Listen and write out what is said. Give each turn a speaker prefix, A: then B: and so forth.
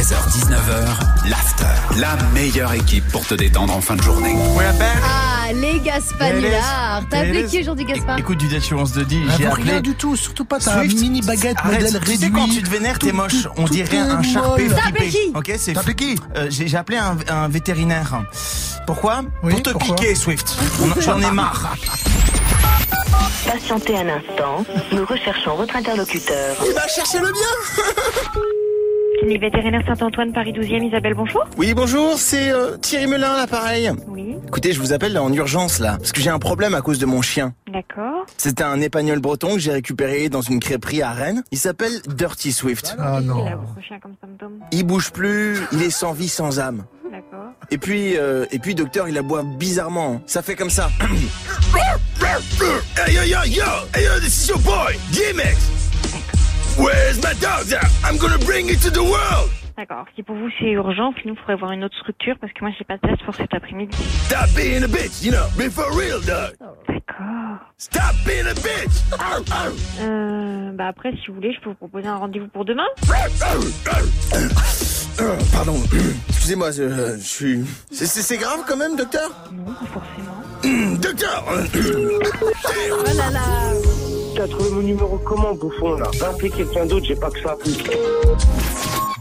A: 16h-19h, l'after. La meilleure équipe pour te détendre en fin de journée.
B: Ah, les Gaspanulars. T'as appelé
C: Thérèse.
B: qui aujourd'hui, Gaspard
C: Écoute du on se dit,
D: Ah,
C: j'ai
D: pour rien
C: appelé.
D: du tout, surtout pas ta
C: Swift.
D: mini baguette
C: Arrête,
D: modèle
C: tu
D: réduit.
C: sais quand tu te vénères, t'es
D: Tout-
C: moche.
D: tout-
C: On
D: tout
C: dirait un
D: est
C: charpé
D: molle.
B: T'as appelé
C: flippé.
B: qui
C: Ok, c'est
D: T'as appelé qui
C: Euh, J'ai j'ai appelé un, un vétérinaire. Pourquoi
D: Oui,
C: Pour te
D: pourquoi
C: piquer, Swift. On- J'en ai marre.
E: Patientez un instant, nous recherchons votre interlocuteur.
C: Il va chercher le bien.
F: Clinique vétérinaire Saint-Antoine, Paris 12e, Isabelle, bonjour.
C: Oui, bonjour, c'est euh, Thierry Melin, l'appareil.
F: Oui,
C: Écoutez, je vous appelle là, en urgence, là, parce que j'ai un problème à cause de mon chien.
F: d'accord.
C: C'était un épagnol breton que j'ai récupéré dans une crêperie à Rennes. Il s'appelle Dirty Swift.
D: Ah non.
F: Il a votre chien comme symptôme.
C: Il bouge plus, il est sans vie, sans âme.
F: D'accord.
C: Et puis, euh, et puis, docteur, il aboie bizarrement. hein. Ça fait comme ça.
G: Hey, yo, yo, yo! Hey, yo, this is your boy, DMX! Where's my dog? Yeah, I'm gonna bring it to the world!
F: D'accord. Si pour vous c'est urgent, sinon il faudrait voir une autre structure parce que moi j'ai pas de place pour cet après-midi.
G: Stop being a bitch, you know, be for real, dog!
F: D'accord.
G: Stop being a bitch! Arr, arr,
F: Euh, bah après, si vous voulez, je peux vous proposer un rendez-vous pour demain.
G: arr, arr, arr.
C: Euh, Pardon, excusez-moi, je, euh, je suis. C'est- C'est c'est grave quand même, docteur
F: Non, pas forcément.
G: Docteur!
B: Oh là là.
H: T'as trouvé mon numéro comment, bouffon, là Va appeler quelqu'un d'autre, j'ai pas que ça.